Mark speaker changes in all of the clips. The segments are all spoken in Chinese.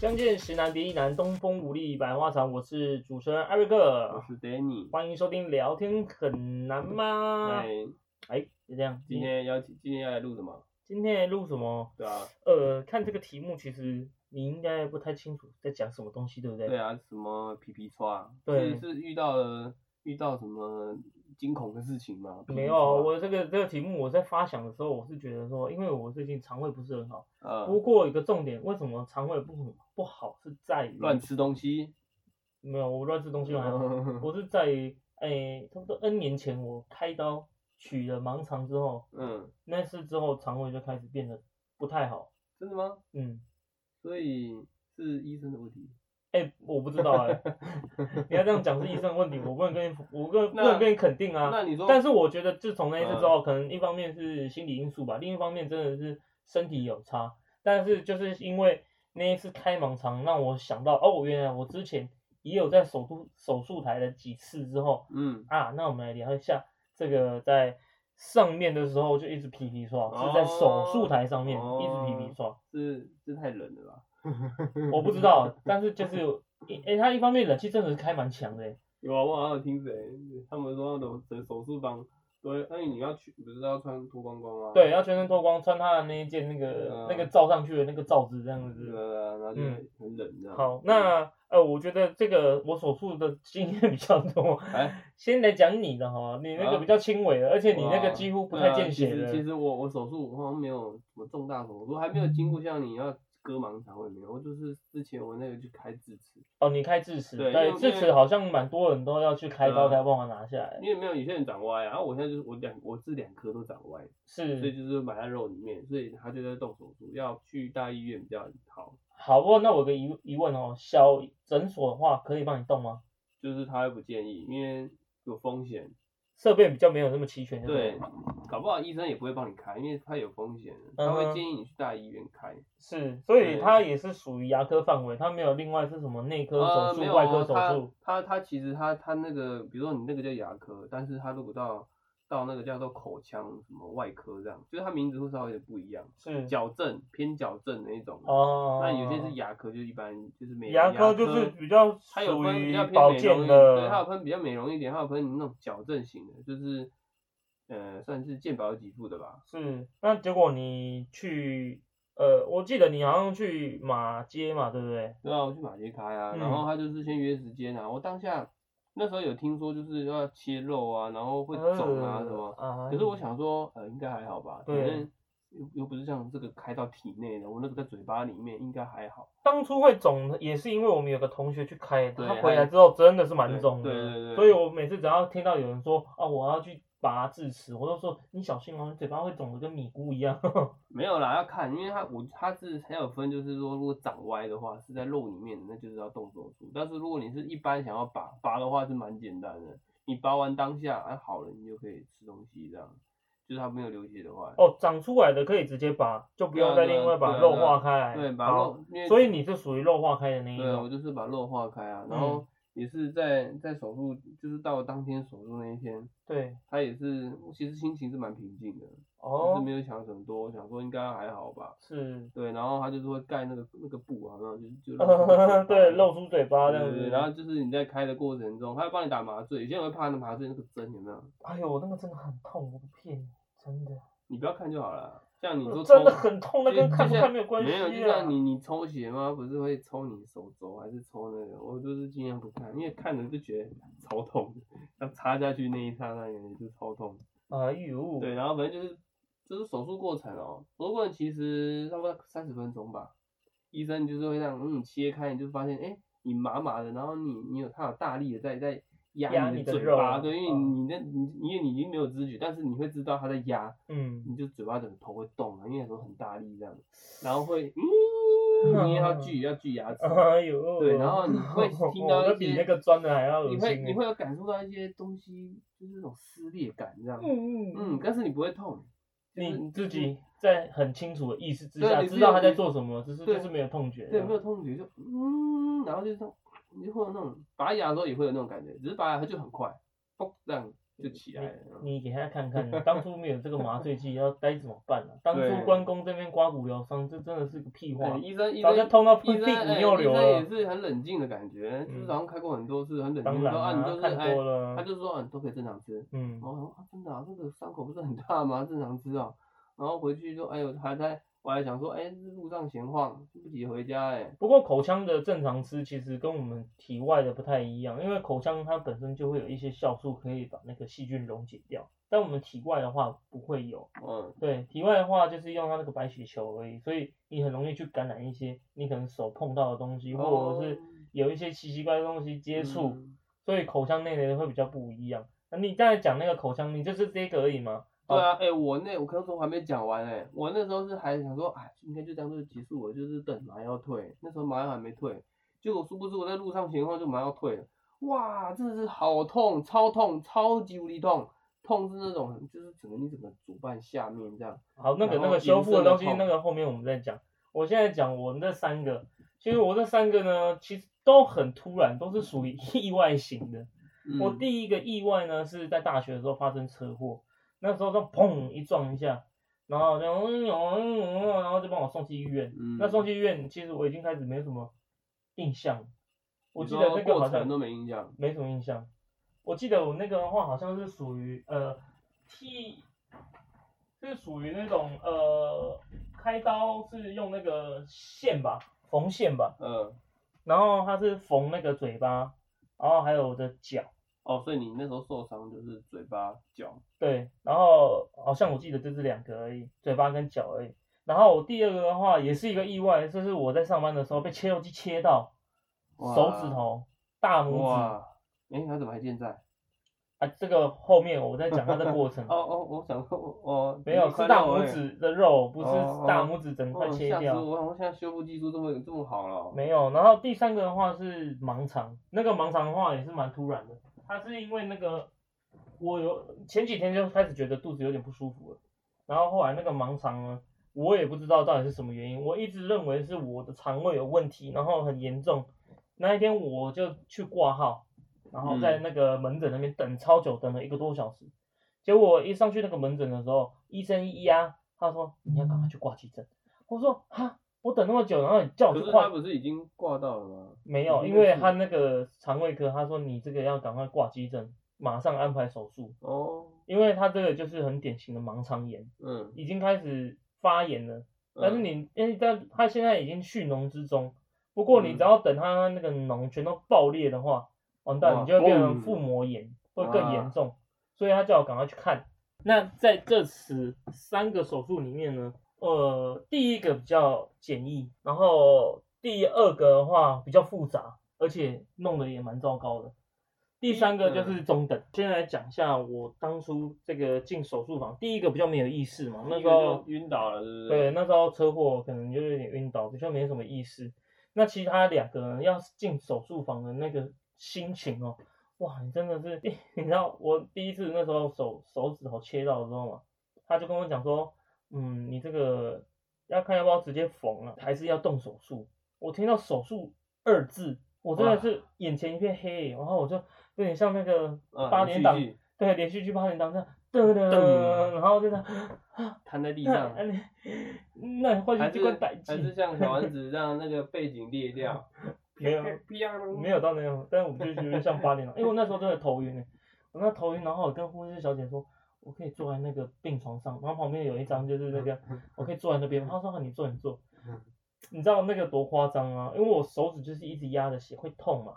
Speaker 1: 相见时难别亦难，东风无力百花残。我是主持人艾瑞
Speaker 2: 我
Speaker 1: 克，
Speaker 2: 是 Danny。
Speaker 1: 欢迎收听聊天很难吗？
Speaker 2: 哎，
Speaker 1: 哎，就这样。
Speaker 2: 今天要今天要来录什么？
Speaker 1: 今天来录什么？
Speaker 2: 对啊，
Speaker 1: 呃，看这个题目，其实你应该不太清楚在讲什么东西，对不对？
Speaker 2: 对啊，什么皮皮抓？
Speaker 1: 对
Speaker 2: 是是遇到了遇到什么惊恐的事情吗？
Speaker 1: 没有，
Speaker 2: 啊
Speaker 1: 啊我这个这个题目我在发想的时候，我是觉得说，因为我最近肠胃不是很好，
Speaker 2: 呃
Speaker 1: 不过有一个重点，为什么肠胃不不好是在于
Speaker 2: 乱吃嗯东西。
Speaker 1: 没有我乱吃东 西我还好。我是在于，哎、差不多 N 年前我开刀取了盲肠之后，
Speaker 2: 嗯，
Speaker 1: 那次之后肠胃就开始变得不太好。
Speaker 2: 真的吗？
Speaker 1: 嗯，
Speaker 2: 所以是医生的问题。
Speaker 1: 哎、我不知 道哎、你要这样讲是医生的问题，我不能跟你，我不能不能跟你肯定啊。
Speaker 2: 那你说，呃嗯
Speaker 1: 但是我觉得自从那一次之后，可能一方面是心理因素吧，另一方面真的是身体有差。但是就是因为那一次开盲肠，让我想到哦，原来我之前也有在手术手术台了几次之后，
Speaker 2: 嗯，
Speaker 1: 啊，那我们来聊一下这个在上面的时候就一直皮皮刷，是在手术台上面一直皮皮
Speaker 2: 哦
Speaker 1: 刷。
Speaker 2: 是这太冷了吧？ 嗯
Speaker 1: 我不知道，但是就是一诶，它一方面冷气真的是开蛮强的诶，
Speaker 2: 有啊，我好像有听谁，他们说手手手术房，对，那你要去不是要穿脱光光吗？
Speaker 1: 对，要全身脱光，穿它的那一件那个、
Speaker 2: 嗯
Speaker 1: 那个罩上去的那个罩子这样子。
Speaker 2: 呃，然后就
Speaker 1: 嗯
Speaker 2: 很冷这样。
Speaker 1: 好，那呃，我觉得这个我手术的经验比较多，
Speaker 2: 哎，啊
Speaker 1: 先来讲你的哈，你那个比较轻微的，而且你那个几乎不太见血
Speaker 2: 对啊
Speaker 1: 的
Speaker 2: 其实，其实我我手术好像没有什么重大手术，我还没有经过像你要割盲肠，我也没有，我就是之前我那个去开智齿，
Speaker 1: 哦，你开智齿，
Speaker 2: 对因
Speaker 1: 对，
Speaker 2: 为
Speaker 1: 智齿好像蛮多人都要去开刀
Speaker 2: 对
Speaker 1: 才
Speaker 2: 啊
Speaker 1: 帮我拿下来，
Speaker 2: 因为没有有些人长歪啊，然后我现在就是我两我这两颗都长歪，所以
Speaker 1: 是，
Speaker 2: 就是埋在肉里面，所以他就在动手术，要去大医院比较好，
Speaker 1: 好，不过那我有个疑疑问哦，小诊所的话可以帮你动吗？
Speaker 2: 就是他又不建议，因为有风险，
Speaker 1: 设备比较没有那么齐全，
Speaker 2: 对
Speaker 1: 不，
Speaker 2: 搞不好医生也不会帮你开，因为他有风险，
Speaker 1: 嗯
Speaker 2: 他
Speaker 1: 哼
Speaker 2: 会建议你去大医院开。
Speaker 1: 是，所以
Speaker 2: 对
Speaker 1: 它也是属于牙科范围，它没有另外是什么内科
Speaker 2: 呃，
Speaker 1: 手
Speaker 2: 没
Speaker 1: 术、
Speaker 2: 有
Speaker 1: 外
Speaker 2: 啊，
Speaker 1: 科手术，
Speaker 2: 他他他其实他他那个，比如说你那个叫牙科，但是他如果到到那个叫做口腔什么外科这样，就是他名字会稍微有点不一样，
Speaker 1: 是，
Speaker 2: 矫正偏矫正那一种。
Speaker 1: 哦，
Speaker 2: 那有些是牙科，就一般就是美
Speaker 1: 牙
Speaker 2: 科
Speaker 1: 科就是比较
Speaker 2: 它有
Speaker 1: 属
Speaker 2: 分比
Speaker 1: 于
Speaker 2: 较偏
Speaker 1: 保
Speaker 2: 美容
Speaker 1: 健
Speaker 2: 一对，它有
Speaker 1: 的，
Speaker 2: 分比较美容一点，还有分那种矫正型的，就是呃算是健保有给付的吧。
Speaker 1: 是，那结果你去，呃，我记得你好像去马街嘛，对不对？
Speaker 2: 对啊，我去马街开啊，
Speaker 1: 嗯
Speaker 2: 然后他就是先约时间啊，我当下那时候有听说就是要切肉啊，然后会肿啊
Speaker 1: 呃
Speaker 2: 什么。
Speaker 1: 啊
Speaker 2: 可是我想说，呃，应该还好吧，反
Speaker 1: 对
Speaker 2: 正又又不是像这个开到体内的，我那个在嘴巴里面应该还好。
Speaker 1: 当初会肿，也是因为我们有个同学去开，
Speaker 2: 对
Speaker 1: 他回来之后真的是蛮
Speaker 2: 对
Speaker 1: 肿的。
Speaker 2: 对对对
Speaker 1: 啊所以我每次只要听到有人说啊，我要去拔智齿，我就说你小心哦，你嘴巴会肿的跟米糊一样。
Speaker 2: 没有啦，要看，因为它我它是还有分，就是说如果长歪的话是在肉里面的，那就是要动手术。但是如果你是一般想要拔拔的话是蛮简单的，你拔完当下哎、好了，你就可以吃东西这样，就是它没有流血的话。
Speaker 1: 哦，长出来的可以直接拔，就不用再
Speaker 2: 对啊对啊
Speaker 1: 另外把
Speaker 2: 对啊
Speaker 1: 肉
Speaker 2: 对啊
Speaker 1: 化开来。
Speaker 2: 对，把
Speaker 1: 好
Speaker 2: 肉，因为
Speaker 1: 所以你是属于肉化开的那一
Speaker 2: 对，啊我
Speaker 1: 种。
Speaker 2: 就是把肉化开啊，
Speaker 1: 嗯
Speaker 2: 然后也是在在手术，就是到当天手术那一天，
Speaker 1: 对，
Speaker 2: 他也是，我其实心情是蛮平静的，就是
Speaker 1: 哦
Speaker 2: 没，有想很多，我想说应该还好吧。
Speaker 1: 是，
Speaker 2: 对，然后他就是会盖那个那个布啊，然后就就
Speaker 1: 对，露
Speaker 2: 露出
Speaker 1: 出嘴巴
Speaker 2: 嘴巴
Speaker 1: 这样
Speaker 2: 对对
Speaker 1: 子。
Speaker 2: 对然后就是你在开的过程中，他会帮你打麻醉，有些人会怕那麻醉那个针有没有？
Speaker 1: 哎呦，那个真的很痛，我不骗你，真的，
Speaker 2: 你不要看就好了。像你说
Speaker 1: 呃真的
Speaker 2: 抽
Speaker 1: 很痛，
Speaker 2: 就
Speaker 1: 那跟看不
Speaker 2: 就像
Speaker 1: 看没有关系
Speaker 2: 没有，就
Speaker 1: 啊
Speaker 2: 像。你你抽血吗？不是会抽你手肘还是抽那个？我就是尽量不看，因为看了就觉得超痛，要插下去那一刹那也是超痛。
Speaker 1: 哎呦，
Speaker 2: 对，然后反正就是就是手术过程哦，手术过程其实差不多三十分钟吧。医生就是会让嗯切开，你就发现哎、诶你麻麻的，然后你你有他有大力的在在
Speaker 1: 压
Speaker 2: 压
Speaker 1: 你
Speaker 2: 你
Speaker 1: 的
Speaker 2: 嘴
Speaker 1: 肉
Speaker 2: 巴，对，因为
Speaker 1: 嗯
Speaker 2: 你那你因为你已经没有知觉，但是你会知道他在压，
Speaker 1: 嗯。
Speaker 2: 你就嘴巴整个头会动啊，因为有时候很大力这样，然后会嗯，因为要锯要 锯牙齿，
Speaker 1: 哎呦，
Speaker 2: 对然后 你会听到
Speaker 1: 我的
Speaker 2: 一
Speaker 1: 比
Speaker 2: 些
Speaker 1: 那个砖的还要恶
Speaker 2: 你
Speaker 1: 心
Speaker 2: 会
Speaker 1: 欸
Speaker 2: 你会有感受到一些东西，就是那种撕裂感这样，
Speaker 1: 嗯
Speaker 2: 嗯，，但是你不会痛，就是
Speaker 1: 你
Speaker 2: 就
Speaker 1: 自
Speaker 2: 是
Speaker 1: 己在很清楚的意识之
Speaker 2: 对
Speaker 1: 下，
Speaker 2: 你是
Speaker 1: 知道他
Speaker 2: 有
Speaker 1: 在
Speaker 2: 你
Speaker 1: 做什么，只是
Speaker 2: 对
Speaker 1: 就是没有痛觉。
Speaker 2: 对，没有痛觉就嗯，然后就是这种，你就会有那种拔牙的时候也会有那种感觉，只是拔牙它就很快，嘣这样，就起来了。嗯
Speaker 1: 你给他看看，啊当初没有这个麻醉剂，要该怎么办啊？当
Speaker 2: 对
Speaker 1: 初关公这边刮骨疗伤，这真的是个屁话
Speaker 2: 哎。医生，医
Speaker 1: 早就
Speaker 2: 生
Speaker 1: 痛到屁
Speaker 2: 医
Speaker 1: 股
Speaker 2: 生哎
Speaker 1: 尿流
Speaker 2: 医生
Speaker 1: 了嗯
Speaker 2: 也。是很冷静的感觉，就是好像开过很多次，很冷静
Speaker 1: 当
Speaker 2: 说
Speaker 1: 然
Speaker 2: 啊，你
Speaker 1: 啊
Speaker 2: 就，是
Speaker 1: 看
Speaker 2: 哎，
Speaker 1: 多了。
Speaker 2: 他就说啊，你都可以正常吃。
Speaker 1: 嗯
Speaker 2: 然，后我说啊，真的啊，这个伤口不是很大吗？正常吃啊。然后回去就哎呦，还在我还想说，哎，路上闲晃，来不及回家哎。
Speaker 1: 不过口腔的正常吃其实跟我们体外的不太一样，因为口腔它本身就会有一些酵素可以把那个细菌溶解掉，但我们体外的话不会有。
Speaker 2: 嗯，
Speaker 1: 对，体外的话就是用它那个白血球而已，所以你很容易去感染一些你可能手碰到的东西，或者
Speaker 2: 哦
Speaker 1: 是有一些奇奇怪怪的东西接触，
Speaker 2: 嗯
Speaker 1: 所以口腔内的会比较不一样。那你刚才讲那个口腔，你就是这个而已吗？
Speaker 2: 对啊，哎、我那我刚刚还没讲完哎、我那时候是还想说，哎，应该就这样就结束了，就是等麻药退，那时候麻药还没退，结果殊不知我在路上情况就麻药退了，哇，真的是好痛，超痛，超级无敌痛，痛是那种就是整个你整个主瓣下面这样，
Speaker 1: 好，那个
Speaker 2: 然后
Speaker 1: 那个修
Speaker 2: 延
Speaker 1: 复
Speaker 2: 伸
Speaker 1: 的
Speaker 2: 的
Speaker 1: 东西，
Speaker 2: 痛
Speaker 1: 那个后面我们再讲。我现在讲我那三个，其实我这三个呢，其实都很突然，都是属于意外型的。
Speaker 2: 嗯、
Speaker 1: 我第一个意外呢是在大学的时候发生车祸，那时候就砰一撞一下，然后就嗯然后就帮我送去医院。
Speaker 2: 嗯
Speaker 1: 那送去医院，其实我已经开始没什么印象，我
Speaker 2: 你
Speaker 1: 记得
Speaker 2: 说
Speaker 1: 那个好
Speaker 2: 过
Speaker 1: 像
Speaker 2: 程都没印象，
Speaker 1: 没什么印象。我记得我那个的话好像是属于呃替，是属于那种呃开刀是用那个线吧，缝线吧，
Speaker 2: 呃，
Speaker 1: 然后它是缝那个嘴巴，然后还有我的脚，
Speaker 2: 哦，所以你那时候受伤就是嘴巴、脚，
Speaker 1: 对，然后好像我记得就是两个而已，嘴巴跟脚而已。然后我第二个的话也是一个意外，就是我在上班的时候被切肉机切到
Speaker 2: 哇
Speaker 1: 手指头、大拇指
Speaker 2: 哇，哎、他怎么还健在？
Speaker 1: 啊，这个后面我在讲它的过程。
Speaker 2: 哦哦，我想说，哦，
Speaker 1: 没有，
Speaker 2: 你快
Speaker 1: 是大拇
Speaker 2: 乐欸
Speaker 1: 指的肉，不是
Speaker 2: 哦
Speaker 1: 大拇指整块
Speaker 2: 哦，
Speaker 1: 欸切
Speaker 2: 吓死
Speaker 1: 掉。
Speaker 2: 我！我现在修复技术这么这么好了哦，
Speaker 1: 没有，然后第三个的话是盲肠，那个盲肠的话也是蛮突然的，它是因为那个我有前几天就开始觉得肚子有点不舒服了，然后后来那个盲肠呢，我也不知道到底是什么原因，我一直认为是我的肠胃有问题，然后很严重。那一天我就去挂号，然后
Speaker 2: 嗯
Speaker 1: 在那个门诊那边等超久，等了一个多小时。结果一上去那个门诊的时候，医生一压，他说你要赶快去挂急诊。我说哈，我等那么久，然后你叫我
Speaker 2: 可
Speaker 1: 去
Speaker 2: 是
Speaker 1: 挂
Speaker 2: 他不是已经挂到了吗？
Speaker 1: 没有，
Speaker 2: 已
Speaker 1: 因
Speaker 2: 经
Speaker 1: 为
Speaker 2: 是
Speaker 1: 他那个肠胃科，他说你这个要赶快挂急诊，马上安排手术，
Speaker 2: 哦，
Speaker 1: 因为他这个就是很典型的盲肠炎，
Speaker 2: 嗯，
Speaker 1: 已经开始发炎了。但是
Speaker 2: 嗯
Speaker 1: 你，因为但他现在已经蓄脓之中，不过你
Speaker 2: 嗯
Speaker 1: 只要等他那个脓全都爆裂的话，完蛋，
Speaker 2: 哇
Speaker 1: 你就会变成
Speaker 2: 嘣
Speaker 1: 腹膜炎，会
Speaker 2: 啊
Speaker 1: 更严重。所以他叫我赶快去看。那在这次三个手术里面呢，呃，第一个比较简易，然后第二个的话比较复杂，而且弄得也蛮糟糕的。第三个
Speaker 2: 嗯
Speaker 1: 就是中等。先来讲一下我当初这个进手术房，第一个比较没有意识嘛，那时候
Speaker 2: 就晕倒了，对不
Speaker 1: 对，
Speaker 2: 对？
Speaker 1: 那时候车祸可能就有点晕倒，比较没什么意识。那其他两个人要进手术房的那个心情哦，哇，你真的是， 你知道我第一次那时候手手指头切到，知道吗？他就跟我讲说，嗯，你这个要看要不要直接缝了、还是要动手术。我听到手术二字，我真的
Speaker 2: 哇
Speaker 1: 是眼前一片黑，欸然后我就有点像那个
Speaker 2: 嗯
Speaker 1: 八
Speaker 2: 你
Speaker 1: 点
Speaker 2: 继
Speaker 1: 档，
Speaker 2: 续
Speaker 1: 对，连续剧八点档这样，噔噔，
Speaker 2: 噔
Speaker 1: 然后就这样。啊
Speaker 2: 瘫在地
Speaker 1: 那
Speaker 2: 上，
Speaker 1: 那那会
Speaker 2: 还
Speaker 1: 是
Speaker 2: 是
Speaker 1: 机关打
Speaker 2: 还是
Speaker 1: 击，
Speaker 2: 像小丸子让那个背景 裂掉，
Speaker 1: 没有没
Speaker 2: 没
Speaker 1: 有到那样，但是我们就觉得像八点档，因为我那时候真的头晕欸我那头晕，然后我跟护士小姐说，我可以坐在那个病床上，然后旁边有一张就是那
Speaker 2: 嗯
Speaker 1: 个，我可以坐在那边吗，她说好你坐你坐，你知道那个多夸张啊，因为我手指就是一直压着血会痛嘛，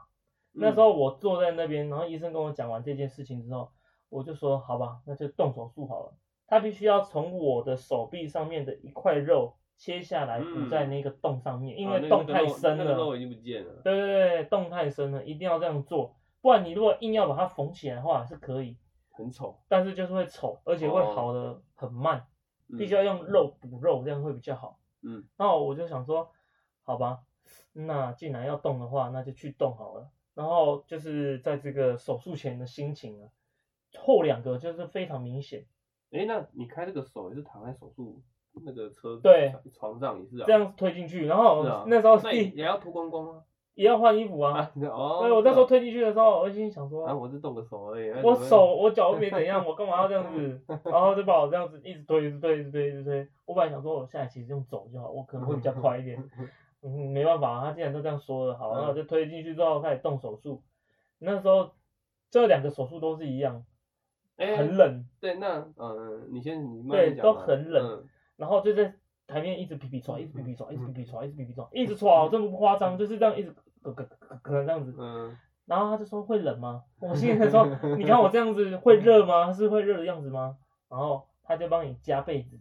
Speaker 1: 那时
Speaker 2: 啊嗯
Speaker 1: 候我坐在那边，然后医生跟我讲完这件事情之后，我就说好吧，那就动手术好了。他必须要从我的手臂上面的一块肉切下来补
Speaker 2: 嗯
Speaker 1: 在那个洞上面，因
Speaker 2: 啊
Speaker 1: 为
Speaker 2: 那个
Speaker 1: 洞
Speaker 2: 肉
Speaker 1: 太深
Speaker 2: 那个
Speaker 1: 了。
Speaker 2: 肉已经不见了，
Speaker 1: 对对对，洞太深了，一定要这样做，不然你如果硬要把它缝起来的话是可以，
Speaker 2: 很丑，
Speaker 1: 但是就是会丑，而且会
Speaker 2: 哦
Speaker 1: 好的很慢，
Speaker 2: 嗯
Speaker 1: 必须要用肉补肉，这样会比较好。
Speaker 2: 嗯，
Speaker 1: 然后我就想说，好吧，那既然要动的话，那就去动好了。然后就是在这个手术前的心情啊，后两个就是非常明显，
Speaker 2: 哎，那你开这个手也是躺在手术那个车
Speaker 1: 对
Speaker 2: 床上也是啊，
Speaker 1: 这样推进去。然后
Speaker 2: 是啊
Speaker 1: 那时候
Speaker 2: 那
Speaker 1: 第
Speaker 2: 也要脱光光吗？
Speaker 1: 也要换衣服啊。
Speaker 2: 啊，哦，
Speaker 1: 对，我那时候推进去的时候，我就心里想说，
Speaker 2: 啊，我是动个手而已，那
Speaker 1: 我
Speaker 2: 你们
Speaker 1: 手我脚又没怎样，我干嘛要这样子？然后就把我这样子一直推，一直推，一直推，一直推。我本来想说，我下来其实用走就好，我可能会比较快一点。嗯，没办法，他既然都这样说了，好，
Speaker 2: 嗯
Speaker 1: 那我就推进去之后开始动手术。那时候这两个手术都是一样，
Speaker 2: 哎，
Speaker 1: 很冷，
Speaker 2: 对，那嗯，你先你慢
Speaker 1: 对
Speaker 2: 慢讲
Speaker 1: 都
Speaker 2: 吧
Speaker 1: 很冷，然后就在台面一直皮皮抓，一直皮皮抓，一直皮皮抓，一直皮皮抓，一直抓，这么不夸张，就是这样一直咯咯咯咯这样子。
Speaker 2: 嗯
Speaker 1: 然后他就说会冷吗？我心里在说，你看我这样子会热吗？是会热的样子吗？然后他就帮你加被子，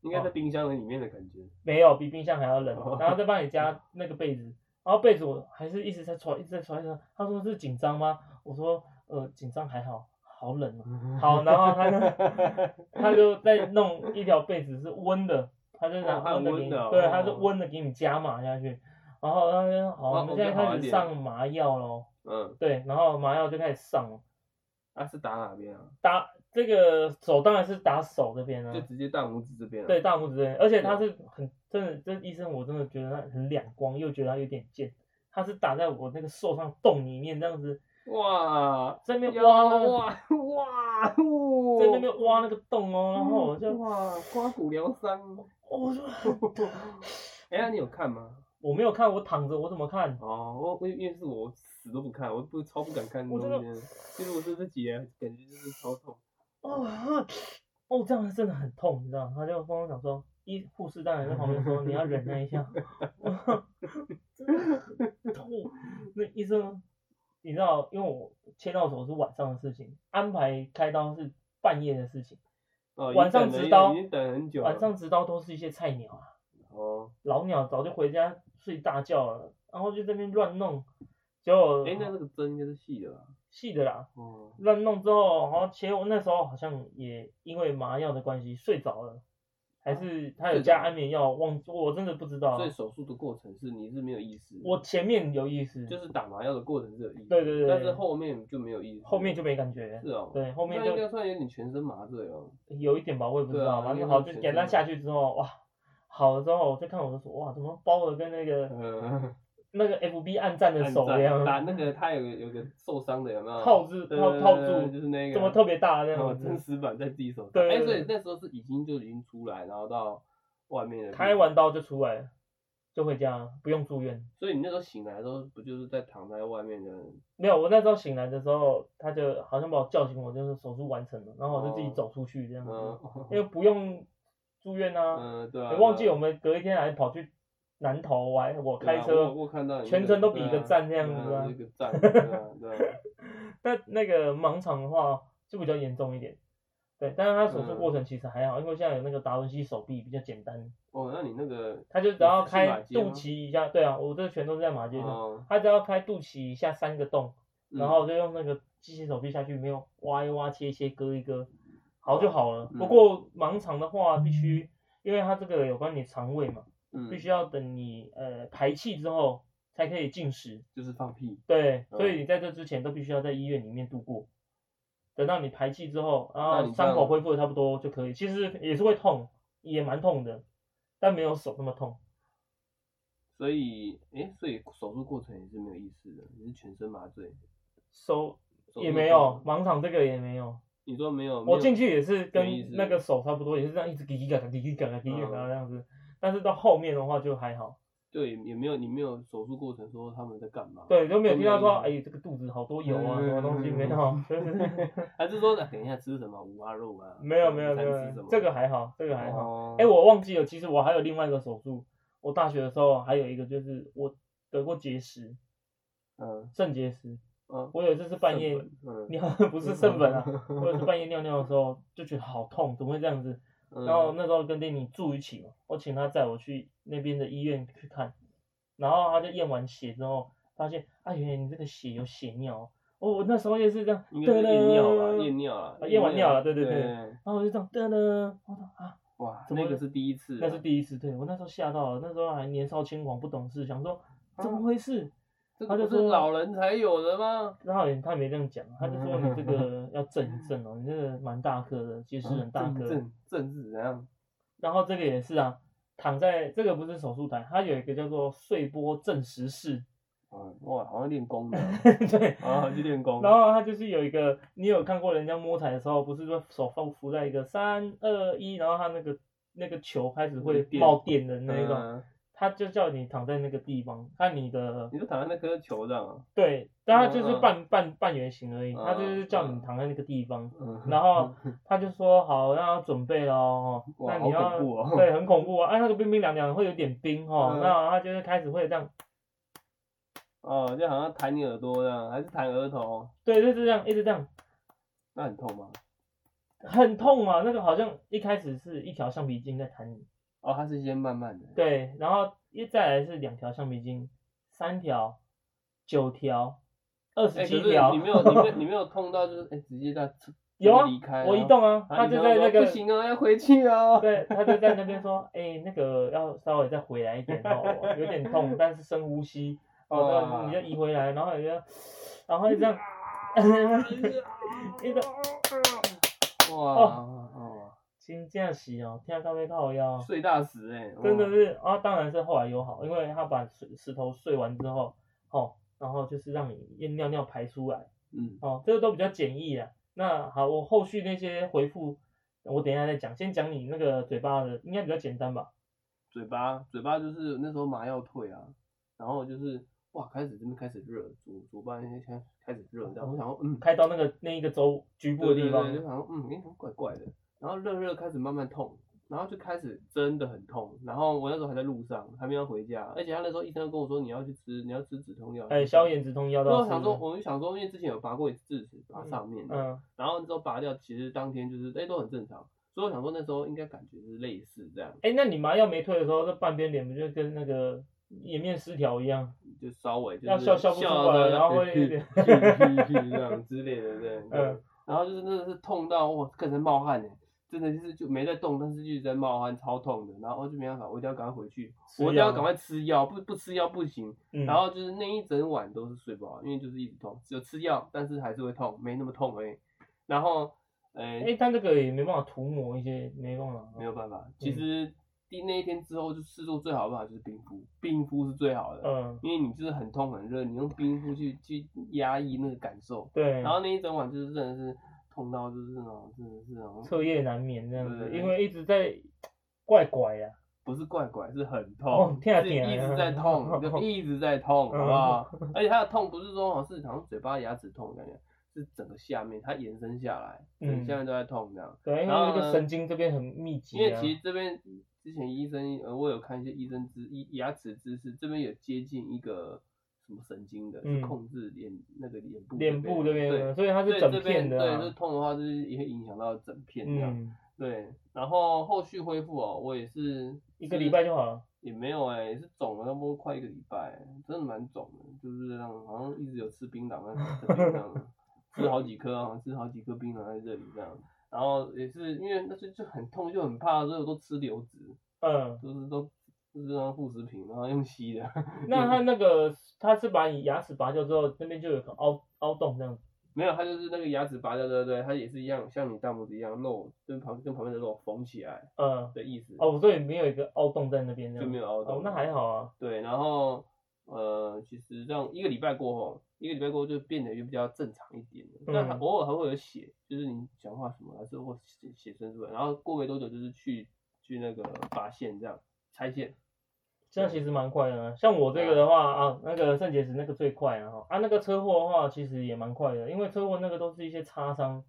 Speaker 2: 应该
Speaker 1: 哦
Speaker 2: 在冰箱里面的感觉，
Speaker 1: 没有比冰箱还要冷
Speaker 2: 哦，
Speaker 1: 然后再帮你加那个被子，然后被子我还是一直在穿，一直在穿，一直在穿他说是紧张吗？我说呃紧张还好，好冷啊。 好，然后他 就他就再弄一条被子是温的，他就拿
Speaker 2: 哦还有
Speaker 1: 温的给
Speaker 2: 温
Speaker 1: 你，
Speaker 2: 的哦
Speaker 1: 对，他是温的给你加码下去。然后他就好，
Speaker 2: 哦
Speaker 1: 我们现在
Speaker 2: 我觉得好
Speaker 1: 开
Speaker 2: 一
Speaker 1: 始
Speaker 2: 点
Speaker 1: 上麻药喽。
Speaker 2: 嗯，
Speaker 1: 对，然后麻药就开始上了。
Speaker 2: 啊是打哪边啊？
Speaker 1: 打这个手当然是打手这边啊
Speaker 2: 就，啊直接大拇指这边啊？
Speaker 1: 对大拇指这边，而且他是很真的，这医生我真的觉得他很两光，又觉得他有点贱，他是打在我那个受伤洞里面这样子，
Speaker 2: 哇，
Speaker 1: 在那边
Speaker 2: 呀
Speaker 1: 挖那个
Speaker 2: 哇 哇哦，
Speaker 1: 在那边挖那个洞哦，然后我就
Speaker 2: 嗯哇刮骨疗伤，
Speaker 1: 我就
Speaker 2: 哎，那你有看吗？
Speaker 1: 我没有看，我躺着我怎么看？
Speaker 2: 哦，我我因为是我死都不看，我不超不敢看
Speaker 1: 我
Speaker 2: 中
Speaker 1: 真的
Speaker 2: 间，就是我这这几年感觉就是超痛，
Speaker 1: 哦哦，这样真的很痛，你知道吗？他就跟我讲说，医护士当然在旁边说你要忍耐一下， 真的很痛。那医生，你知道，因为我切到手是晚上的事情，安排开刀是半夜的事情，
Speaker 2: 哦，
Speaker 1: 晚上
Speaker 2: 直
Speaker 1: 值刀
Speaker 2: 已经等很久了，
Speaker 1: 晚上值刀都是一些菜鸟啊，
Speaker 2: 哦，
Speaker 1: 老鸟早就回家睡大觉了，然后就在那边乱弄，结果
Speaker 2: 哎，那那个针应该是细的吧？
Speaker 1: 细的啦，
Speaker 2: 哦，
Speaker 1: 乱弄之后，然后其实我那时候好像也因为麻药的关系睡着了，
Speaker 2: 啊
Speaker 1: 还是他有加安眠药，忘我真的不知道
Speaker 2: 所。以手术的过程是你是没有意识的，
Speaker 1: 嗯我前面有意识，
Speaker 2: 就是打麻药的过程是有意识，
Speaker 1: 对对对
Speaker 2: 但是后面就没有意识，
Speaker 1: 后面就没感觉，
Speaker 2: 是哦，
Speaker 1: 对，后面
Speaker 2: 那应该
Speaker 1: 就
Speaker 2: 算有点全身麻 醉哦，
Speaker 1: 有一点吧，我也不知
Speaker 2: 对啊
Speaker 1: 道，反
Speaker 2: 应
Speaker 1: 正
Speaker 2: 该
Speaker 1: 好
Speaker 2: 是
Speaker 1: 就
Speaker 2: 全
Speaker 1: 简单
Speaker 2: 身
Speaker 1: 下去之后，哇，好了之后我就看我的手，哇，怎么包的跟那个
Speaker 2: 嗯，
Speaker 1: 那个 FB 暗战的
Speaker 2: 按
Speaker 1: 手一
Speaker 2: 赞打
Speaker 1: 样，
Speaker 2: 那个他有个有个受伤的有没有？
Speaker 1: 套住
Speaker 2: 对
Speaker 1: 套
Speaker 2: 对对
Speaker 1: 套
Speaker 2: 对
Speaker 1: 住
Speaker 2: 就是那个
Speaker 1: 怎么特别大这
Speaker 2: 哦
Speaker 1: 样
Speaker 2: 真
Speaker 1: 子，
Speaker 2: 实版在自己手上。
Speaker 1: 对对
Speaker 2: 哎、所
Speaker 1: 对
Speaker 2: 以那时候是已经就已经出来，然后到外面的地
Speaker 1: 开完
Speaker 2: 方，
Speaker 1: 刀就出来了，就回家，不用住院。
Speaker 2: 所以你那时候醒来的时候，不就是在躺在外面的？
Speaker 1: 没有，我那时候醒来的时候，他就好像把我叫醒，我就是手术完成了，然后我就自己走出去这样子，
Speaker 2: 哦嗯
Speaker 1: 因为不用住院啊。
Speaker 2: 嗯，对啊。
Speaker 1: 你忘记
Speaker 2: 对啊
Speaker 1: 我们隔一天还跑去南投玩，还我
Speaker 2: 对啊
Speaker 1: 开车，
Speaker 2: 我我看到你那
Speaker 1: 全程都比一
Speaker 2: 对
Speaker 1: 个
Speaker 2: 啊
Speaker 1: 赞这样子
Speaker 2: 对
Speaker 1: 啊
Speaker 2: 啊，一个 赞，对啊，对啊。
Speaker 1: 但那个盲肠的话就比较严重一点，对，但是他手术
Speaker 2: 嗯
Speaker 1: 过程其实还好，因为现在有那个达文西手臂比较简单，
Speaker 2: 哦，那你 那个
Speaker 1: 他就只要
Speaker 2: 你是去马
Speaker 1: 开
Speaker 2: 街
Speaker 1: 肚
Speaker 2: 吗
Speaker 1: 脐一下，对啊，我这全都是在马街上，
Speaker 2: 哦，
Speaker 1: 他只要开肚脐一下三个洞，
Speaker 2: 嗯
Speaker 1: 然后就用那个机械手臂下去，没有挖一挖、切一切、割一割，好就好了。
Speaker 2: 嗯
Speaker 1: 不过盲肠的话，必须因为它这个有关你肠胃嘛，
Speaker 2: 嗯
Speaker 1: 必须要等你呃排气之后才可以进食。
Speaker 2: 就是放屁，
Speaker 1: 对，
Speaker 2: 嗯
Speaker 1: 所以你在这之前都必须要在医院里面度过。等到你排气之后，然
Speaker 2: 那你
Speaker 1: 后
Speaker 2: 这样
Speaker 1: 伤口恢复的差不多就可以。其实也是会痛，也蛮痛的，但没有手那么痛。
Speaker 2: 所以哎、所以手术过程也是没有意识的，你是全身麻醉，
Speaker 1: 手
Speaker 2: 手
Speaker 1: 也
Speaker 2: 术
Speaker 1: 没
Speaker 2: 过
Speaker 1: 有
Speaker 2: 程，
Speaker 1: 盲肠这个也没有。
Speaker 2: 你说没有？哦没
Speaker 1: 我
Speaker 2: 有
Speaker 1: 进去也是
Speaker 2: 没意思
Speaker 1: 跟那个手差不多，也是这样一直滴滴嘎嘎滴滴嘎嘎滴滴嘎
Speaker 2: 嗯
Speaker 1: 嘎这样子。但是到后面的话就还好，
Speaker 2: 对，也没有，你没有手术过程说他们在干嘛？
Speaker 1: 对，就没有听到说
Speaker 2: 都没有
Speaker 1: 哎这个肚子好多油啊
Speaker 2: 嗯
Speaker 1: 什么东西没有，就是
Speaker 2: 还是说哎等一下吃什么五花肉啊？
Speaker 1: 没有没有没
Speaker 2: 餐吃什
Speaker 1: 有
Speaker 2: 么，
Speaker 1: 这个还好，这个还好。
Speaker 2: 哦
Speaker 1: 哎，我忘记了，其实我还有另外一个手术，我大学的时候还有一个就是我得过结石，
Speaker 2: 嗯
Speaker 1: 肾结石。
Speaker 2: 嗯，
Speaker 1: 我有一次是半夜
Speaker 2: 肾粉嗯，
Speaker 1: 尿， 不是肾粉啊，我有一次半夜尿尿的时候就觉得好痛，怎么会这样子？
Speaker 2: 嗯
Speaker 1: 然后那时候跟 d a 住一起嘛，我请他载我去那边的医院去看，然后他就验完血之后，发现啊，原来你这个血有血尿哦，哦我那时候也是这样，
Speaker 2: 应该是验尿吧，验
Speaker 1: 然
Speaker 2: 尿了，
Speaker 1: 啊验完尿了对对
Speaker 2: 对
Speaker 1: 对。后我就这样噔噔，我说啊，
Speaker 2: 哇，
Speaker 1: 怎么
Speaker 2: 那个是第一次啊，
Speaker 1: 那是第一次，对我那时候吓到了，那时候还年少轻狂不懂事，想说
Speaker 2: 啊
Speaker 1: 怎么回事？
Speaker 2: 这
Speaker 1: 他
Speaker 2: 个
Speaker 1: 就
Speaker 2: 不是
Speaker 1: 说
Speaker 2: 老人才有的吗？
Speaker 1: 然后也他也没这样讲，啊他就
Speaker 2: 嗯
Speaker 1: 说你这 个要震一震哦，你这个蛮大颗的，结石很
Speaker 2: 啊
Speaker 1: 大颗。
Speaker 2: 正正是怎样？
Speaker 1: 然后这个也是啊，躺在这个不是手术台，它有一个叫做碎波正时室，
Speaker 2: 嗯，哇，好像练功的啊，
Speaker 1: 对，
Speaker 2: 啊，去练功。
Speaker 1: 然后它就是有一个，你有看过人家摸彩的时候，不是说手放浮在一个三二一，然后它那个那个球开始会
Speaker 2: 电
Speaker 1: 冒电的那一种，
Speaker 2: 嗯，
Speaker 1: 它就叫你躺在那个地方，看你的
Speaker 2: 你就躺在那颗球上啊，
Speaker 1: 对，但它就是
Speaker 2: 嗯嗯
Speaker 1: 半半半圆形而已，它就是
Speaker 2: 嗯
Speaker 1: 叫你
Speaker 2: 嗯
Speaker 1: 躺在那个地 方，
Speaker 2: 嗯
Speaker 1: 然后他就说好，那要准备喽，
Speaker 2: 哇
Speaker 1: 那你
Speaker 2: 好
Speaker 1: 要、
Speaker 2: 恐怖哦
Speaker 1: 对，很恐怖啊，哎、那个冰冰凉凉的会有点冰哦，
Speaker 2: 嗯
Speaker 1: 那他就是开始会这样，
Speaker 2: 哦，就好像弹你耳朵这样，还是弹额头，
Speaker 1: 对，就是这样，一直这样，
Speaker 2: 那很痛吗？
Speaker 1: 很痛啊，那个好像一开始是一条橡皮筋在弹你，
Speaker 2: 哦，它是先慢慢的，
Speaker 1: 对，然后一再来是两条橡皮筋，三条，九条，二
Speaker 2: 哎，
Speaker 1: 十
Speaker 2: 可
Speaker 1: 七
Speaker 2: 是
Speaker 1: 条，
Speaker 2: 你没有，你 没有，你没有痛到就是哎，直接这样
Speaker 1: 有啊
Speaker 2: 离开，
Speaker 1: 我一，动啊，
Speaker 2: 然
Speaker 1: 他
Speaker 2: 后哎你
Speaker 1: 就
Speaker 2: 跟
Speaker 1: 在
Speaker 2: 说
Speaker 1: 那个
Speaker 2: 不行哦，要回去哦，
Speaker 1: 对，他就在那边说，哎、那个要稍微再回来一点哦，有点痛，但是深呼吸， 哦，
Speaker 2: 哇
Speaker 1: 你就移回来，然后你就，然后就这样， 一个
Speaker 2: 哇
Speaker 1: 哦
Speaker 2: 哦，
Speaker 1: 真正是哦，听到要靠腰，
Speaker 2: 碎大石哎，哇
Speaker 1: 真的是啊，当然是后来有好，因为他把石石头碎完之后，哦，然后就是让你尿尿排出来，
Speaker 2: 嗯，
Speaker 1: 哦，这个都比较简易啊。那好，我后续那些回复，我等一下再讲，先讲你那个嘴巴的，应该比较简单吧？
Speaker 2: 嘴巴嘴巴就是那时候麻药退啊，然后就是哇开始这边开始热，主主办那些开始热，然后我想说 嗯，
Speaker 1: 开到那个那一个州局部
Speaker 2: 对
Speaker 1: 的
Speaker 2: 对
Speaker 1: 哦地
Speaker 2: 对，就
Speaker 1: 方，
Speaker 2: 想说嗯，哎、怪怪的，然后热热开始慢慢痛，然后就开始真的很痛，然后我那时候还在路上，还没有回家，而且他那时候医生都跟我说你要去吃你要吃止痛药，
Speaker 1: 哎，消炎止痛药
Speaker 2: 然后
Speaker 1: 到
Speaker 2: 我想说，我就想说，因为之前有拔过一次智齿，拔上面的，
Speaker 1: 嗯，
Speaker 2: 然后之后拔掉，其实当天就是哎、都很正常，所以我想说那时候应该感觉是类似这样，
Speaker 1: 哎，那你麻药没退的时候，那半边脸不就跟那个颜面失调一样？
Speaker 2: 就稍微就是
Speaker 1: 要笑笑不出来
Speaker 2: 到
Speaker 1: 然后会有点
Speaker 2: 这样之类的，对，
Speaker 1: 嗯
Speaker 2: 嗯，然后就是真的是痛到我开始冒汗呢，欸真的就是就没在动，但是一直在冒汗，超痛的，然后我就没办法，我一定要赶快回去，
Speaker 1: 吃
Speaker 2: 我一定
Speaker 1: 药
Speaker 2: 要赶
Speaker 1: 吗
Speaker 2: 快吃药，不不吃药不行，
Speaker 1: 嗯，
Speaker 2: 然后就是那一整晚都是睡不好，因为就是一直痛，只有吃药，但是还是会痛，没那么痛而已，然后，哎、
Speaker 1: 哎，但这个也没办法涂抹一些，没办法，
Speaker 2: 没有办法，
Speaker 1: 嗯
Speaker 2: 其实第那一天之后，就试做最好的办法就是冰敷，冰敷是最好的，
Speaker 1: 嗯，
Speaker 2: 因为你就是很痛很热，你用冰敷去去压抑那个感受，
Speaker 1: 对
Speaker 2: 然，后那一整晚就是真的是痛到就是那种真的是那种
Speaker 1: 彻夜难眠这样子，
Speaker 2: 对
Speaker 1: 因为一直在怪怪啊呀，
Speaker 2: 不是怪怪是很
Speaker 1: 哦
Speaker 2: 痛，
Speaker 1: 天啊
Speaker 2: 是
Speaker 1: 天啊嗯
Speaker 2: 一直在痛，就一直在痛，好不好？ 而且它的痛不是说好像是好像嘴巴牙齿痛的感觉，是整个下面它延伸下来，整个
Speaker 1: 嗯
Speaker 2: 下面都在痛这样。
Speaker 1: 对，啊因为
Speaker 2: 然后
Speaker 1: 那个
Speaker 2: 呢
Speaker 1: 神经这边很密集
Speaker 2: 因为
Speaker 1: 啊，
Speaker 2: 其实这边之前医生呃，我有看一些医生知医牙齿知识，这边有接近一个什么神经的，
Speaker 1: 嗯
Speaker 2: 是控制脸那个脸部
Speaker 1: 脸部这边
Speaker 2: 对
Speaker 1: 的，。所以它是
Speaker 2: 对
Speaker 1: 整
Speaker 2: 这
Speaker 1: 片
Speaker 2: 边
Speaker 1: 的
Speaker 2: 对，就
Speaker 1: 啊，
Speaker 2: 痛的话就是也会影响到整片这样。
Speaker 1: 嗯，
Speaker 2: 对，然后后续恢复哦，我也是
Speaker 1: 一个礼拜就好了，
Speaker 2: 也没有哎、也是肿了，差不多快一个礼拜，欸真的蛮肿的，就是这样，好像一直有吃槟榔啊，吃槟榔，吃好几颗啊，吃好几颗槟榔在这里这样，然后也是因为那就就很痛，就很怕，所以我都吃流质，
Speaker 1: 嗯，
Speaker 2: 就是都就是那种副食品，然后用吸的， 嗯
Speaker 1: 那它那个它是把你牙齿拔掉之后，那边就有个凹凹洞这样子，
Speaker 2: 没有，它就是那个牙齿拔掉，对不对？它也是一样，像你大拇指一样肉跟旁跟旁边的肉缝起来
Speaker 1: 嗯，
Speaker 2: 的意思，
Speaker 1: 哦，所以没有一个凹洞在那边这
Speaker 2: 就
Speaker 1: 样
Speaker 2: 没
Speaker 1: 子，
Speaker 2: 有凹
Speaker 1: 哦
Speaker 2: 洞，，
Speaker 1: 那还好啊，
Speaker 2: 对，然后呃，其实这样一个礼拜过后，一个礼拜过后就变得就比较正常一点了。但还
Speaker 1: 嗯
Speaker 2: 偶尔还会有血，就是你讲话什么还是会血血生出来。然后过没多久就是去去那个拔线这样拆线，
Speaker 1: 这样其实蛮快的啊，像我这个的话啊，那个肾结石那个最快啊，啊那个车祸的话其实也蛮快的，因为车祸那个都是一些擦伤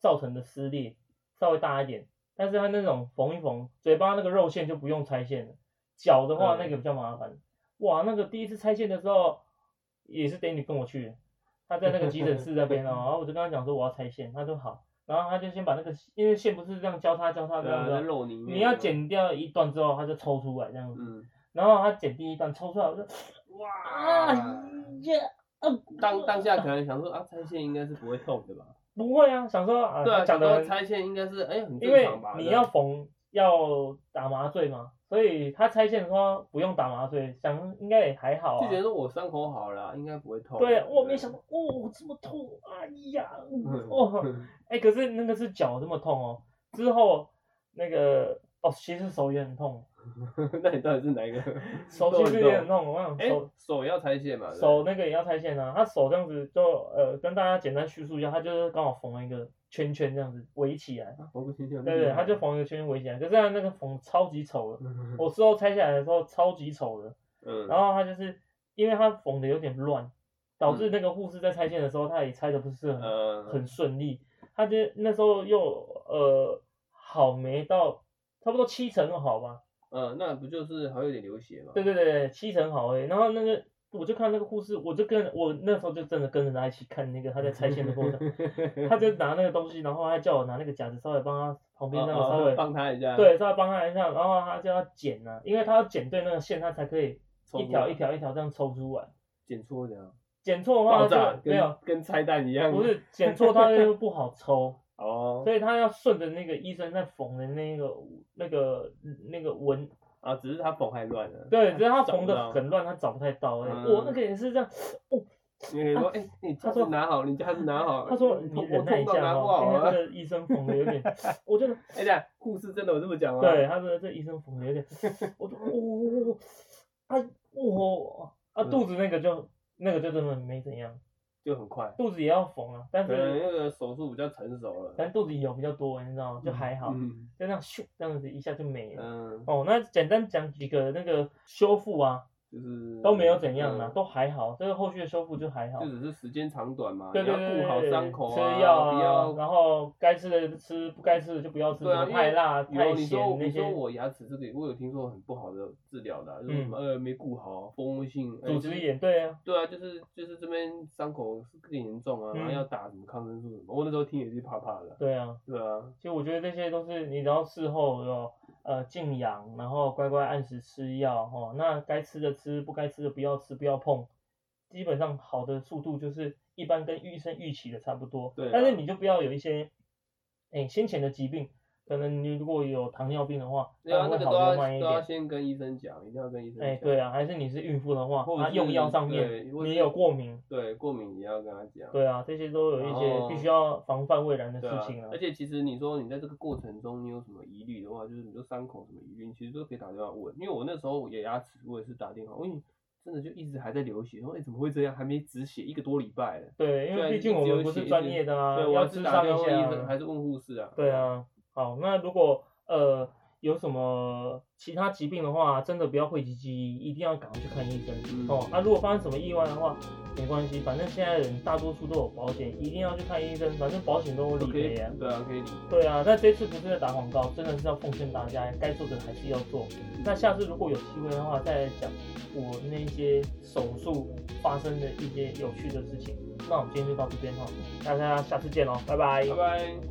Speaker 1: 造成的撕裂，稍微大一点，但是它那种缝一缝，嘴巴那个肉线就不用拆线了，脚的话
Speaker 2: 嗯
Speaker 1: 那个比较麻烦，哇，那个第一次拆线的时候也是 Danny 跟我去的，他在那个急诊室那 边哦，然后我就跟他讲说我要拆线，他说好，然后他就先把那个因为线不是这样交叉交叉这
Speaker 2: 对啊，
Speaker 1: 样
Speaker 2: 在
Speaker 1: 子，
Speaker 2: 肉里面。
Speaker 1: 你要，剪掉一段之后它就抽出来这样子。
Speaker 2: 嗯，啊
Speaker 1: 然后他剪第一段抽出来，我就哇耶，呃，
Speaker 2: 当当下可能想说啊，拆线应该是不会痛的吧？
Speaker 1: 不会啊，想说啊，
Speaker 2: 对啊，
Speaker 1: 他讲
Speaker 2: 想说
Speaker 1: 的，
Speaker 2: 拆线应该是哎、很
Speaker 1: 因
Speaker 2: 正
Speaker 1: 为
Speaker 2: 常吧？啊
Speaker 1: 你
Speaker 2: 这
Speaker 1: 要
Speaker 2: 样
Speaker 1: 缝要打麻醉嘛，所以他拆线的说不用打麻醉，想应该也还好
Speaker 2: 就
Speaker 1: 啊
Speaker 2: 觉。得我伤口好了啊、应该不会痛。
Speaker 1: 对，我没
Speaker 2: 对啊
Speaker 1: 想到哦这么痛，哎呀，
Speaker 2: 嗯
Speaker 1: 哦， 哎、可是那个是脚这么痛哦，之后那个哦其实手也很痛，
Speaker 2: 那你到底是哪 一个？
Speaker 1: 手其实也很痛，我想
Speaker 2: 哎
Speaker 1: 手，
Speaker 2: 手要拆线嘛？啊对不对
Speaker 1: 手那个也要拆线啊，他手这样子就呃跟大家简单叙述一下，他就是刚好缝了一个圈圈这样子围起来，
Speaker 2: 啊我不清楚。
Speaker 1: 对对，他就缝了一个圈圈围起来，可是他那个缝超级丑的，
Speaker 2: 嗯
Speaker 1: 我事后拆下来的时候超级丑的，
Speaker 2: 嗯，
Speaker 1: 然后他就是因为他缝的有点乱，导致
Speaker 2: 嗯
Speaker 1: 那个护士在拆线的时候他也拆的不是很
Speaker 2: 呃，
Speaker 1: 很顺利，他就那时候又呃好没到差不多七成都好吧，
Speaker 2: 呃，那不就是还有点流血嘛？
Speaker 1: 对对对，七成好欸诶、然后那个我就看那个护士，我就跟我那时候就真的跟着他一起看那个他在拆线的过
Speaker 2: 啊
Speaker 1: 程，他就拿那个东西，然后他叫我拿那个夹子稍微帮他旁边那个稍微、
Speaker 2: 哦帮啊他一下，，
Speaker 1: 对稍微帮他一下，然后他叫他剪啊，因为他要剪对那个线，他才可以
Speaker 2: 抽
Speaker 1: 一
Speaker 2: 出
Speaker 1: 条
Speaker 2: 来
Speaker 1: 一条一条这样抽出来，
Speaker 2: 剪错的啊，
Speaker 1: 剪错的
Speaker 2: 爆
Speaker 1: 话
Speaker 2: 炸
Speaker 1: 他就没有
Speaker 2: 跟跟拆弹一样，
Speaker 1: 不是剪错他就不好抽。
Speaker 2: 哦，
Speaker 1: 所以他要顺着那个医生在缝的那个那个那个纹，
Speaker 2: 啊，只是他缝太乱了，
Speaker 1: 对，只是他
Speaker 2: 找不
Speaker 1: 缝的
Speaker 2: 到
Speaker 1: 很乱，他找不太到哎、
Speaker 2: 嗯
Speaker 1: 我那个也是这样，哦，
Speaker 2: 因为说，哎，你
Speaker 1: 他
Speaker 2: 夹
Speaker 1: 说
Speaker 2: 子拿好，你夹子拿好，
Speaker 1: 他说你
Speaker 2: 我
Speaker 1: 忍
Speaker 2: 痛
Speaker 1: 耐一
Speaker 2: 到
Speaker 1: 下
Speaker 2: 拿不
Speaker 1: 哦，
Speaker 2: 好
Speaker 1: 因为
Speaker 2: 啊
Speaker 1: 这，个医生缝的有点，我 觉得，
Speaker 2: 哎呀，护士真的有这么讲吗？
Speaker 1: 对，，他说这医生缝的有点，我就，哦，啊，我啊
Speaker 2: 嗯
Speaker 1: 肚子那个就那个就真的没怎样，
Speaker 2: 就很快，
Speaker 1: 肚子也要缝啊，但
Speaker 2: 可能
Speaker 1: 是
Speaker 2: 那个手术比较成熟了，
Speaker 1: 但肚子有比较多，你知道吗？就还好，
Speaker 2: 嗯
Speaker 1: 就那样咻这样子一下就没了。
Speaker 2: 嗯，
Speaker 1: 哦，那简单讲几个那个修复啊，
Speaker 2: 就是
Speaker 1: 都没有怎样啊啦，
Speaker 2: 嗯
Speaker 1: 都还好，这个后续的修复就还好
Speaker 2: 就。只是时间长短嘛，
Speaker 1: 对对对
Speaker 2: 啊你
Speaker 1: 对
Speaker 2: 要顾好
Speaker 1: 对
Speaker 2: 伤口
Speaker 1: 吃
Speaker 2: 啊，
Speaker 1: 药
Speaker 2: 不要
Speaker 1: 啊，然后该吃的吃，不该吃的就不要吃，
Speaker 2: 对啊
Speaker 1: 什么太辣、太
Speaker 2: 有你说
Speaker 1: 咸那
Speaker 2: 你
Speaker 1: 些
Speaker 2: 说。我牙齿这个，我有听说很不好的治疗的啊、就是什么、呃没顾好，蜂窝性
Speaker 1: 嗯组织。炎对啊，
Speaker 2: 呃就是对啊，就是就是这边伤口是更严重啊，然后
Speaker 1: 嗯
Speaker 2: 要打什么抗生素什么，我那时候听也是怕怕的。
Speaker 1: 对啊，
Speaker 2: 对啊，
Speaker 1: 其实我觉得这些都是你只要事后有呃静养，然后乖乖按时吃药哦，那该吃的吃，不该吃的不要吃，不要碰。基本上好的速度就是一般跟医生预期的差不多，
Speaker 2: 对啊
Speaker 1: 但是你就不要有一些哎先前的疾病，可能你如果有糖尿病的话，
Speaker 2: 对啊，
Speaker 1: 当
Speaker 2: 那
Speaker 1: 然
Speaker 2: 个
Speaker 1: 会
Speaker 2: 都
Speaker 1: 好的
Speaker 2: 要
Speaker 1: 慢一
Speaker 2: 都要
Speaker 1: 点。
Speaker 2: 先跟医生讲，一定要跟医生讲。
Speaker 1: 哎，对啊，还是你是孕妇的话，
Speaker 2: 或者
Speaker 1: 啊，
Speaker 2: 是
Speaker 1: 用药上
Speaker 2: 对
Speaker 1: 面
Speaker 2: 或
Speaker 1: 你
Speaker 2: 是
Speaker 1: 有过敏，
Speaker 2: 对，过敏也要跟他讲。
Speaker 1: 对啊，这些都有一
Speaker 2: 然后
Speaker 1: 些必须要防范未然的
Speaker 2: 对
Speaker 1: 事
Speaker 2: 啊
Speaker 1: 情啊，
Speaker 2: 而。且其实你说你在这个过程中，你有什么疑虑的话，就是你说伤口什么疑虑，你其实都可以打电话问。因为我那时候我也牙齿，我也是打电话问，因为真的就一直还在流血，说哎、怎么会这样，还没止血一个多礼拜了。
Speaker 1: 对，因
Speaker 2: 对啊
Speaker 1: 为毕
Speaker 2: 你
Speaker 1: 竟我
Speaker 2: 只有
Speaker 1: 们不是
Speaker 2: 写
Speaker 1: 专
Speaker 2: 一些
Speaker 1: 业的啊，
Speaker 2: 对，我
Speaker 1: 要
Speaker 2: 要
Speaker 1: 智
Speaker 2: 是打
Speaker 1: 商
Speaker 2: 电
Speaker 1: 一
Speaker 2: 话
Speaker 1: 下
Speaker 2: 问医生
Speaker 1: 啊。
Speaker 2: 还是问护士啊？
Speaker 1: 对，啊，好，那如果呃有什么其他疾病的话，真的不要讳疾忌医，一定要赶快去看医生
Speaker 2: 嗯
Speaker 1: 哦。啊，如果发生什么意外的话，没关系，反正现在人大多数都有保险，一定要去看医生，反正保险都有
Speaker 2: 都
Speaker 1: 理
Speaker 2: 可以，
Speaker 1: 赔
Speaker 2: 对
Speaker 1: 啊。
Speaker 2: 啊，可以理解。
Speaker 1: 对啊，那这次不是在打广告，真的是要奉劝大家，该做的还是要做。那下次如果有机会的话，再来讲我那些手术发生的一些有趣的事情。那我们今天就到这边哈，大家下次见喽，拜拜
Speaker 2: 拜拜。